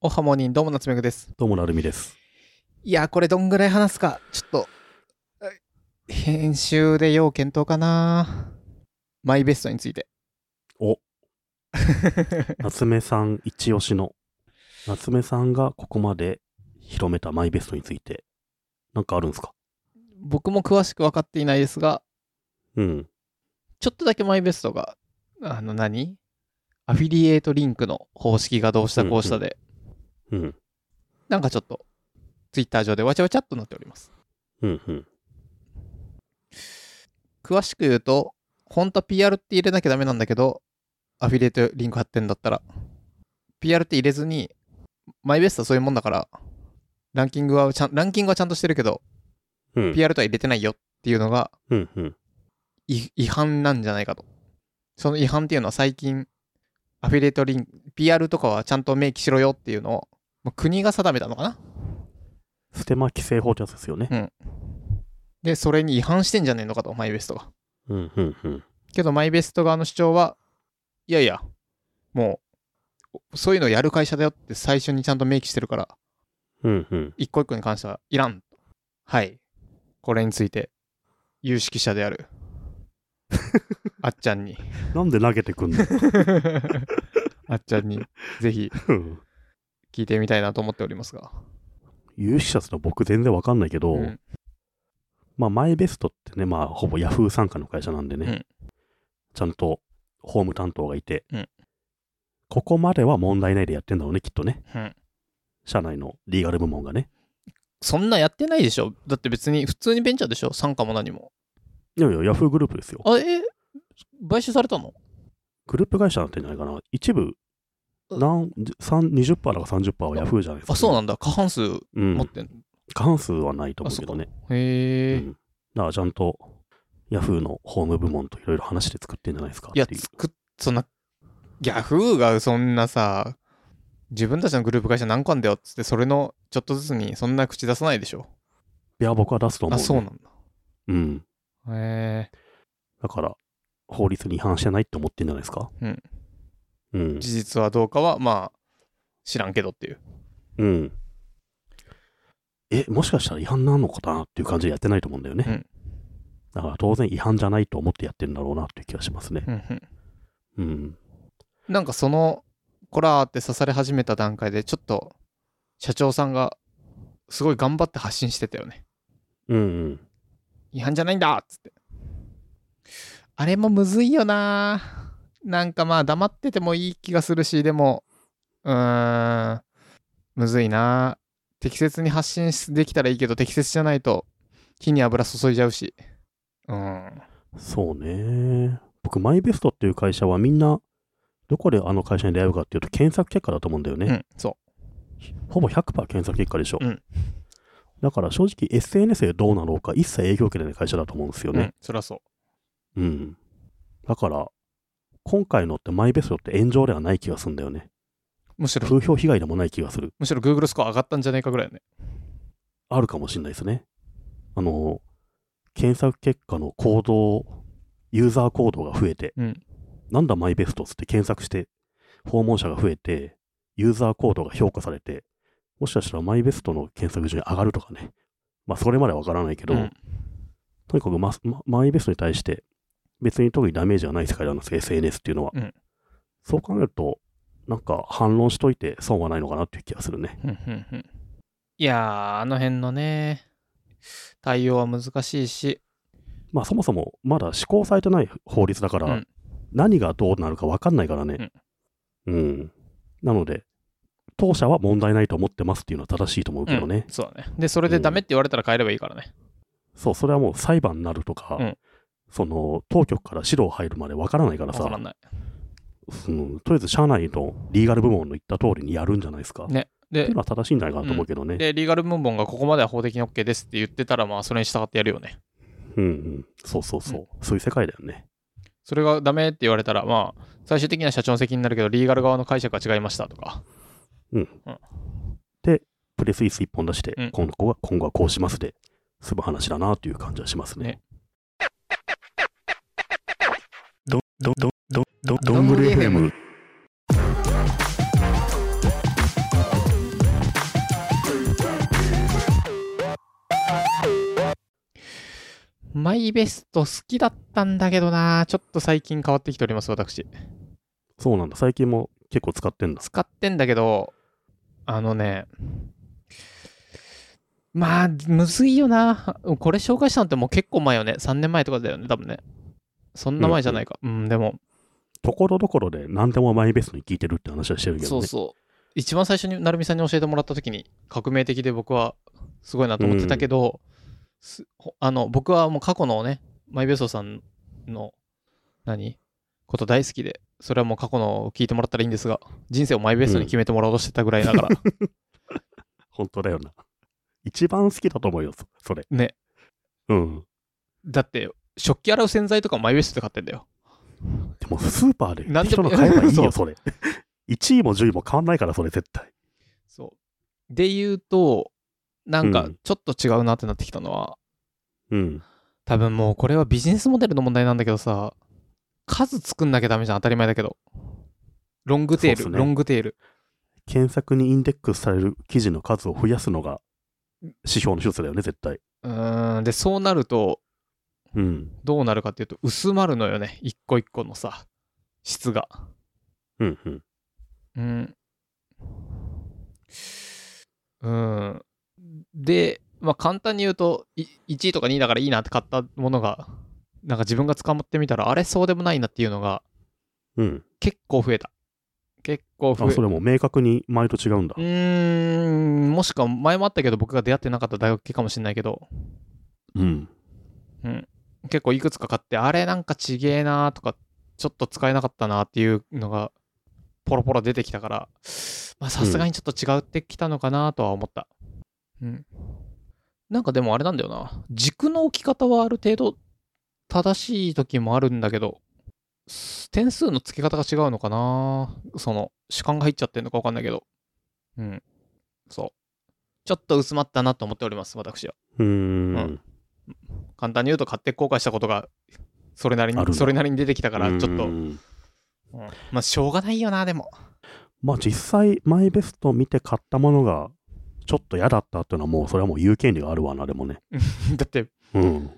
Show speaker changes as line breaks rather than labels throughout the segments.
おはモーニンどうもなつめぐです。
どうもなるみです。
いや、これどんぐらい話すか、ちょっと、え編集で要検討かな。マイベストについて。
お、夏目さん一押しの、夏目さんがここまで広めたマイベストについて、なんかあるんですか
僕も詳しく分かっていないですが、
うん。
ちょっとだけマイベストが、あの何アフィリエイトリンクの方式がどうしたこうしたで、
うん。
なんかちょっと、ツイッター上でわちゃわちゃっとなっております。
うん。うん。
詳しく言うと、本当は PR って入れなきゃダメなんだけど、アフィリエイトリンク貼ってんだったら、PR って入れずに、マイベストはそういうもんだから、ランキングはちゃん、ランキングはちゃんとしてるけど、
うん。
PR とは入れてないよっていうのが
うん。うん。
い違反なんじゃないかと。その違反っていうのは最近、アフィリエイトリンク、PR とかはちゃんと明記しろよっていうのを、まあ国が定めたのかな
ステマ規制法ってやつですよね。
で、それに違反してんじゃねえのかと、マイベストが。
うん。うん。うん。
けどマイベスト側の主張はいやいやもうそういうのやる会社だよって最初にちゃんと明記してるから
うん。うん。
一個一個に関してはいらんはいこれについて有識者であ るあっちゃんに
なんで投げてくんの
あっちゃんにぜひ
うん
聞いてみたいなと思っておりますが、
有識者ってのは僕全然わかんないけど、
うん
まあ、マイベストってね、まあ、ほぼヤフー傘下の会社なんでね、
うん
ちゃんとホーム担当がいて、
うん
ここまでは問題ないでやってんだろうね、きっとね。
うん
社内のリーガル部門がね。
そんなやってないでしょだって別に普通にベンチャーでしょ参加も何も
いやいや、ヤフーグループですよ。
あえ買収されたの
グループ会社なんてんじゃないかな。一部、
あ
なん三20%だか30%はヤフーじゃないですか、
あそうなんだ過半数
う
持っ
ん。
てんの、
過半数はないと思うけどね。
へえ、
うんだからちゃんと、ヤフーのホーム部門といろいろ話で作ってんじゃないですかっ
い
てい
や
う。、
作っ、そんな、ヤフーがそんなさ、自分たちのグループ会社何個あんだよっつって、それのちょっとずつにそんな口出さないでしょ。
いや、僕は出すと思う、
あ、
ね。
そうなんだ。
うん。
へ
だから、法律に違反してないって思ってんじゃないですか
うん。
うん
え。事実はどうかは、まあ、知らんけどっていう。
うん。え、もしかしたら違反なのかなっていう感じでやってないと思うんだよね。
うん
だから当然違反じゃないと思ってやってるんだろうなっていう気がしますね。
うんうん
うん。
なんかその、コラーって刺され始めた段階で、ちょっと、社長さんが、すごい頑張って発信してたよね。
うん、うん。
違反じゃないんだっつって。あれもむずいよななんかまあ黙っててもいい気がするし、でも、うーん、むずいな適切に発信できたらいいけど、適切じゃないと火に油注いじゃうし。うん。
そうね。僕、マイベストっていう会社はみんな、どこであの会社に出会うかっていうと、検索結果だと思うんだよ
う
ね。
ん、そ
ほぼ100%検索結果でしょ。
うん
だから正直 SNS でどうなのか一切影響を受けてない会社だと思うんですよ
う。
ね。
うん、そりゃそう。
うん。だから、今回のってマイベストって炎上ではない気がするんだよね。
むしろ、
風評被害でもない気がする。
むしろ Google スコア上がったんじゃないかぐらいね。
あるかもしれないですね。あの、検索結果の行動、ユーザー行動が増えて、
うん
なんだマイベストっつって検索して、訪問者が増えて、ユーザー行動が評価されて、もしかしたらマイベストの検索順に上がるとかね。まあ、それまではわからないけど、
うん
とにかくマスママイベストに対して、別に特にダメージはない世界なんですよ SNS っていうのは。
うん
そう考えると、なんか反論しといて損はないのかなっていう気がするね。
ふんふんふんいやー、あの辺のね、対応は難しいし、
まあそもそもまだ施行されてない法律だから、
うん
何がどうなるか分かんないからね。うん。なので、当社は問題ないと思ってますっていうのは正しいと思うけどね。
うん、そうだね。で、それでダメって言われたら変えればいいからね。
そう、それはもう裁判になるとか、
うん
その当局から指導入るまで分からないから
わ
さ、
からない。
うん、とりあえず社内のリーガル部門の言った通りにやるんじゃないですか。
ね。
って
で
いう、のは正しいんじゃないかなと思うけどね。
でリーガル文本がここまでは法的に OK ですって言ってたら、まあ、それに従ってやるよね。
うんうん。そうそうそう。そういう世界だよね。
それがダメって言われたら、まあ、最終的には社長の責任になるけど、リーガル側の解釈は違いましたとか。
プレスイース一本出して、
うん
今後は今後はこうしますで、済む話だなという感じはしますね
ね
ど、ど、ど、ど、ど、
どんぐり FM。マイベスト好きだったんだけどな、ちょっと最近変わってきております、私。
そうなんだ。最近も結構使ってんだ。
使ってんだけど、あのね、まあ、むずいよな。これ紹介したのってもう結構前よね。3年前とかだよね、多分ね。そんな前じゃないか。うん、でも、
ところどころで何でもマイベストに聞いてるって話はしてるけどね。
そうそう。一番最初に成美さんに教えてもらった時に革命的で僕はすごいなと思ってたけど、すほあの僕はもう過去のねマイベストさんの何こと大好きでそれはもう過去のを聞いてもらったらいいんですが人生をマイベストに決めてもらおうとしてたぐらいだから、
本当だよな。一番好きだと思うよ、そそれ。
ね
うん。
だって食器洗う洗剤とかマイベストで買ってんだよ
でもスーパーで
なんで
人の買えばいい
そう
よ、それ。1位も10位も変わんないから、それ絶対。
そうで言うとなん
う
か
ん
ちょっと違うなってなってきたのは、
うん。
多分もうこれはビジネスモデルの問題なんだけどさ数作んなきゃダメじゃん当たり前だけどロングテー
そうっ
ル、
すね
ロングテール
検索にインデックスされる記事の数を増やすのが指標の一つだよね、絶対。
うーんでそうなると
うん。
どうなるかっていうと薄まるのよね一個一個のさ質が
うん、うん。
うんうんでまあ簡単に言うとい1位とか2位だからいいなって買ったものがなんか自分が捕まってみたらあれそうでもないなっていうのが
うん。
結構増えた結構増
あ、
え
それもう明確に前と違うんだ
う。ーん、もしくは前もあったけど僕が出会ってなかった大学系かもしれないけど、
うん。
うん、結構いくつか買って、あれなんかちげえなとか、ちょっと使えなかったなっていうのが、ポロポロ出てきたから、まあさすがにちょっと違ってきたのかなとは思った。うん。なんかでもあれなんだよな。軸の置き方はある程度正しい時もあるんだけど、す点数の付け方が違うのかなその主観が入っちゃってるのか分かんないけど。うん。そう。ちょっと薄まったなと思っております、私は。
うー。
うん簡単に言うと買って後悔したことがそれなり
あるん
に
だ
それなりに出てきたからちょっと、
う
うん
ん
まあしょうがないよなでも
まあ実際、マイベスト見て買ったものが、ちょっと嫌だったっていうのはもう、それはもう言う権利があるわな、でもね。
だって
うん。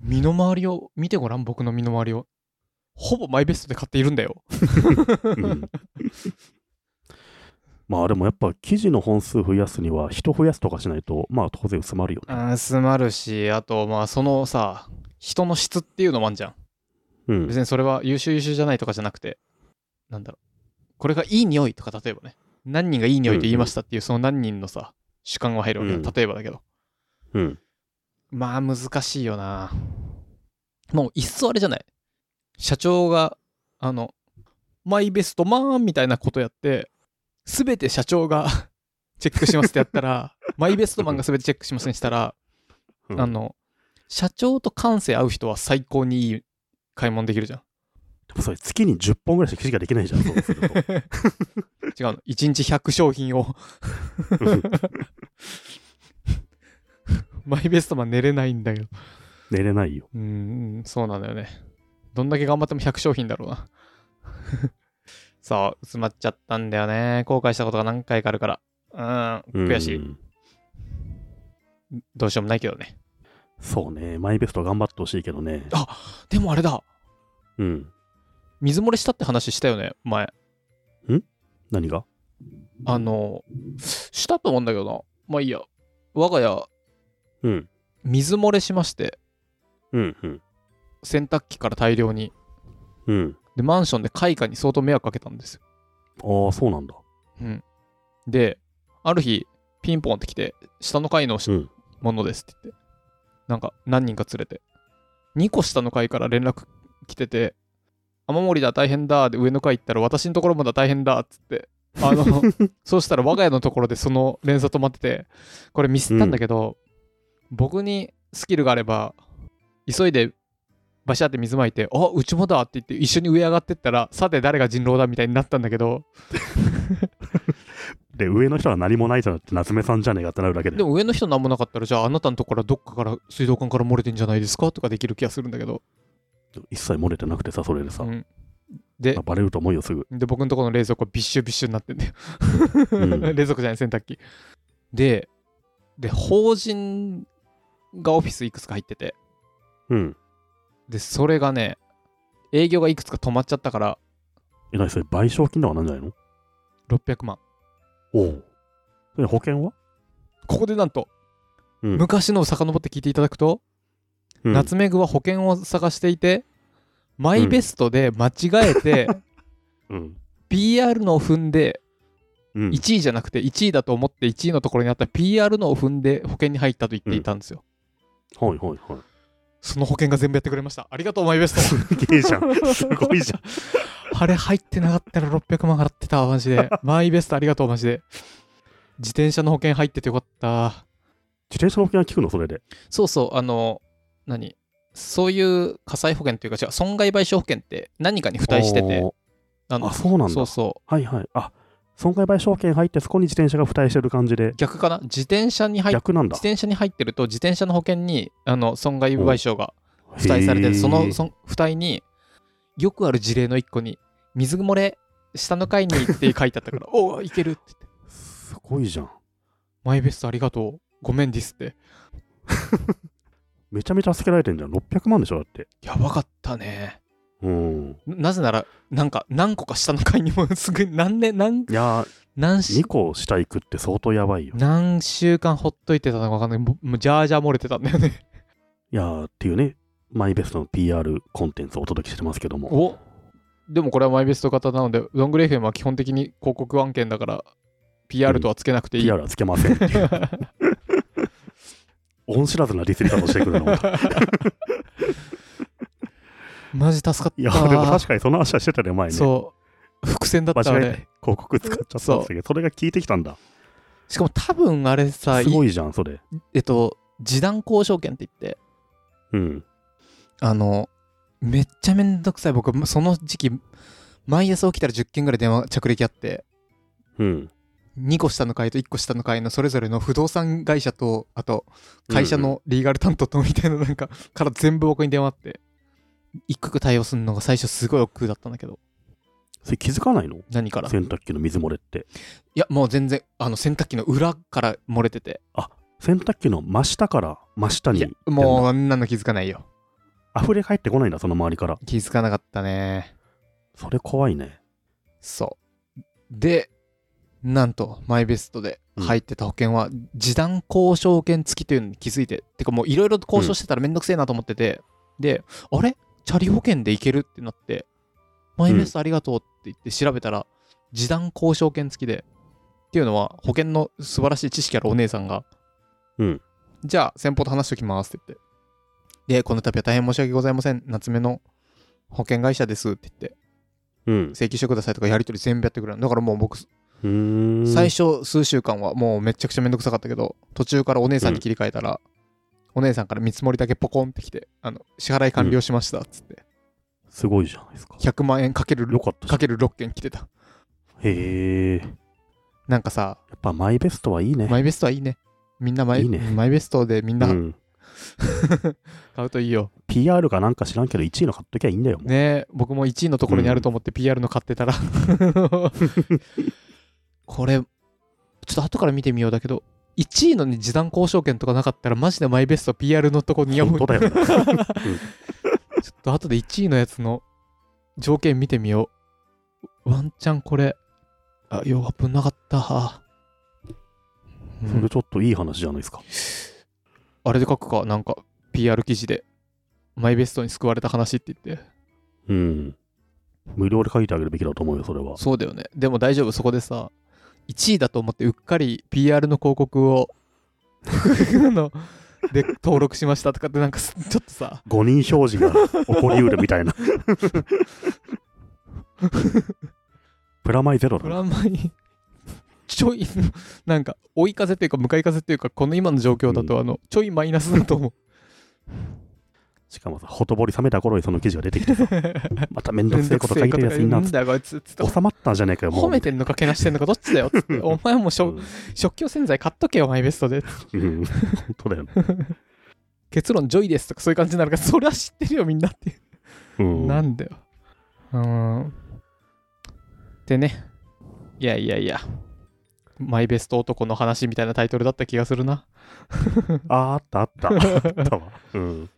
身の回りを見てごらん僕の身の回りをほぼマイベストで買っているんだよ
うん、まあでもやっぱ記事の本数増やすには人増やすとかしないとまあ当然薄まるよね。
詰まるしあとまあそのさ人の質っていうのもあんじゃん
うん
別にそれは優秀優秀じゃないとかじゃなくてなんだろうこれがいい匂いとか例えばね何人がいい匂いと言いましたっていうその何人のさ主観が入るわけだ、
うん
例えばだけど
うん
まあ難しいよな。もういっそあれじゃない社長が、あの、マイベストマンみたいなことやって、すべて社長が チェックしますってやったら、 マイベストマンがすべてチェックしますにしたら、
うん
あの、社長と感性合う人は最高にいい買い物できるじゃん。
でもそれ月に10本ぐらいしか記事ができないじゃん。そうすると
違うの。1日100商品 を
うん
マイベストマン寝れないんだけど。
寝れないよ。
うん、そうなんだよね。どんだけ頑張っても100商品だろうな。 そう、詰まっちゃったんだよね。後悔したことが何回かあるから。う、
うんん
悔しい。どうしようもないけどね。
そうね。マイベスト頑張ってほしいけどね。
でもあれだ、
うん。
水漏れしたって話したよね、前。
何が
あの、したと思うんだけどな。まあいいや。我が家、
うん。
水漏れしまして、
うん。うん。
洗濯機から大量に。
うん。
で、マンションで開花に相当迷惑かけたんですよ。
ああ、そうなんだ。
うん。で、ある日、ピンポンって来て、下の階の
うん。
ものですって言って、なんか何人か連れて、2個下の階から連絡来てて、雨漏りだ、大変だ、で上の階行ったら、私のところもだ、大変だっつって、あ の、そうしたら我が家のところでその連鎖止まってて、これミスったんだけど、僕にスキルがあれば、急いでバシャって水まいて、あうちもだって言って、一緒に上上がってったら、さて誰が人狼だみたいになったんだけど、
で、上の人は何もないじゃなくて夏目さんじゃねえかってなるだけで。
でも上の人なんもなかったら、じゃああなたのところはどっかから水道管から漏れてんじゃないですかとかできる気がするんだけど、
一切漏れてなくてさ、それでさ。
う
ま
んで
あ、バレると思うよ、すぐ。
で、僕のところの冷蔵庫ビッシュビッシュになってんだよ。
うん
冷蔵庫じゃない、洗濯機。で、で、法人がオフィスいくつか入ってて、
うん。
で、それがね、営業がいくつか止まっちゃったから、
え、何それ賠償金とかなんじゃないの
600万。
おお。それ保険は
ここでなんと、
うん
昔のを遡って聞いていただくと、
うん
ナツメグは保険を探していて、マイベストで間違え て、
うん。
PR のを踏んで、
うん。
1位じゃなくて1位だと思って1位のところにあった PR のを踏んで保険に入ったと言っていたんですよ。
はいはいはい。
その保険が全部やってくれました。ありがとう、マイ ベスト。
すげえじゃ ん。すごいじゃん。
あれ入ってなかったら600万払ってたわ、マジ で。マイベストありがとう、マジで。自転車の保険入っててよかった。
自転車の保険は効くのそれで。
そうそう、あの、何そういう火災保険というか、違う、損害賠償保険って何かに付帯してて、
おー
あの
あ、そうなんだ。
そうそ
はいはい。あ、損害賠償保険入って、そこに自転車が付帯してる感じで
う、、逆かな自転車に入っ
逆なんだ
自。転車に入ってると、自転車の保険にあの損害賠償が付帯され
へ
て、
ー
そのその付帯に、よくある事例の一個に、水漏れ、下の階にって書いてあった から、おお、いけるって言って、
すごいじゃん。
マイベストありがとう、ごめんですって。
めちゃめちゃ助けられてんじゃん。600万でしょだって。
やばかったね。
うん。
ななぜなら、なんか、何個か下の階にもすぐ、何年、何、
いやー、
何し
2個下行くって相当やばいよ。
何週間ほっといてたのかわかんない。ももうジャージャー漏れてたんだよね。
いやー、っていうね、マイベストの PR コンテンツをお届けしてますけども。
おでもこれはマイベスト型なので、ドングレ FM は基本的に広告案件だから、PR とはつけなくていい。
PR はつけませんっていう。 恩知らずなディスリカとしてく るのも。
マジ助かった。
いや、でも確かにその話はしてたね、前ね。広
そう。伏線だったわ
間違え
ね。
告使っちゃったんですけど、それが効いてきたんだ。
しかも多分あれさ、
すごいじゃん、それ。
えっと、示談交渉権って言って、
うん。
あの、めっちゃめんどくさい。僕、その時期、毎朝起きたら10件ぐらい電話着陸あって、
うん。
2個下の階と1個下の階のそれぞれの不動産会社とあと会社のリーガル担当とみたいななんかから全部僕に電話あって一個一個対応するのが最初すごい億劫だったんだけど
それ気づかないの
何からい
洗濯機の水漏れって。
やもう全然あの洗濯機の裏から漏れてて
洗濯機の真下から真下
い
に
やもうあんなの気づかないよ
溢れ返ってこないんだ、その周りから。
気づかなかったね
それ怖いね。
そうでなんとマイベストで入ってた保険は示談交渉権付きというのに気づいててかもういろいろ交渉してたらめんどくせえなと思ってて、であれチャリ保険でいけるってなってマイベストありがとうって言って調べたら示談交渉権付きでっていうのは保険の素晴らしい知識あるお姉さんが、
うん
じゃあ先方と話しておきますって言ってでこの度は大変申し訳ございません夏目の保険会社ですって言って
うん。
請求してくださいとかやり取り全部やってくれるだからもう僕、
うーん
最初数週間はもうめちゃくちゃめんどくさかったけど途中からお姉さんに切り替えたら、お姉さんから見積もりだけポコンってきてあの支払い完了しましたっつって、
すごいじゃないですか。
100万円かける
よかったじゃ
かける6件来てた
ん。へえ。や
なんかさ
っぱマイベストはいいね。
マイベストはいいねみんなマイ
いいね
マイベストでみんな
うん。
買うといいよ、
PR かなんか知らんけど、1位の買っときゃいいんだよ。もう
ねえ僕も1位のところにあると思って PR の買ってた らこれちょっと後から見てみようだけど1位のに示談交渉権とかなかったらマジでマイベスト PR のとこにや
本当だよね。
ち ょっと後で1位のやつの条件見てみよう。ワンチャンこれ。あ、ようぶなかった。うん
それちょっといい話じゃないですか。
あれで書くか、なんか PR 記事で。マイベストに救われた話って言って。
うん。無料で書いてあげるべきだと思うよ、それは。
そうだよね。でも大丈夫、そこでさ、1位だと思ってうっかり PR の広告を あの、で登録しましたとかってなんかすちょっとさ、
5人表示が起こりうるみたい な。プラマイゼロだ
プ
な
ラマイちょいなんか追い風っていうか向かい風っていうかこの今の状況だと、
うん
あのちょいマイナスだと思う
しかもさ、ほとぼり冷めた頃にその記事が出て きてさ、まためんど
め
く
ん
せえ
ど
こ
く
と
せ
書
え
い
こ
て
とが
るやつ
いい
になっ
んだよこいつつって
収まったんじゃねえかよ、も
褒
う。
めてんのかけなしてんのかどっちだよつってお前もしょ食器用洗剤買っとけよマイベストで
うんうん本当 だよね。
結論ジョイですとかそういう感じになるからそれは知ってるよみんなっていう
うん
なんだようーんでねいやいやいやマイベスト男の話みたいなタイトルだった気がするな
あーあったあった。あったわ。うん。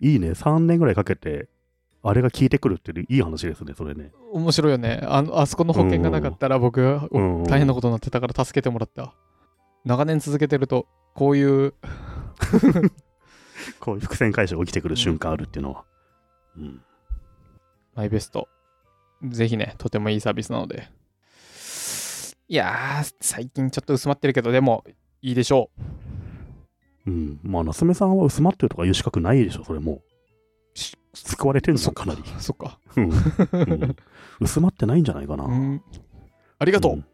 いいね。3年ぐらいかけて、あれが効いてくるっていう、いい話ですね、それね。
面白いよね。あのあそこの保険がなかったら僕、
うんうん
大変なことになってたから助けてもらった。長年続けてると、こういう、
こういう伏線回収が起きてくる瞬間あるっていうのは。うん。
マイベスト。ぜひね、とてもいいサービスなので。いやー、最近ちょっと薄まってるけど、でも、いいでしょう。
うん。まあ、夏目さんは薄まってるとかいう資格ないでしょ、それもう
し。
救われてる
そ
の
っ
かなり。
そっか。
うんうん薄まってないんじゃないかな。
うん。ありがとう。
ん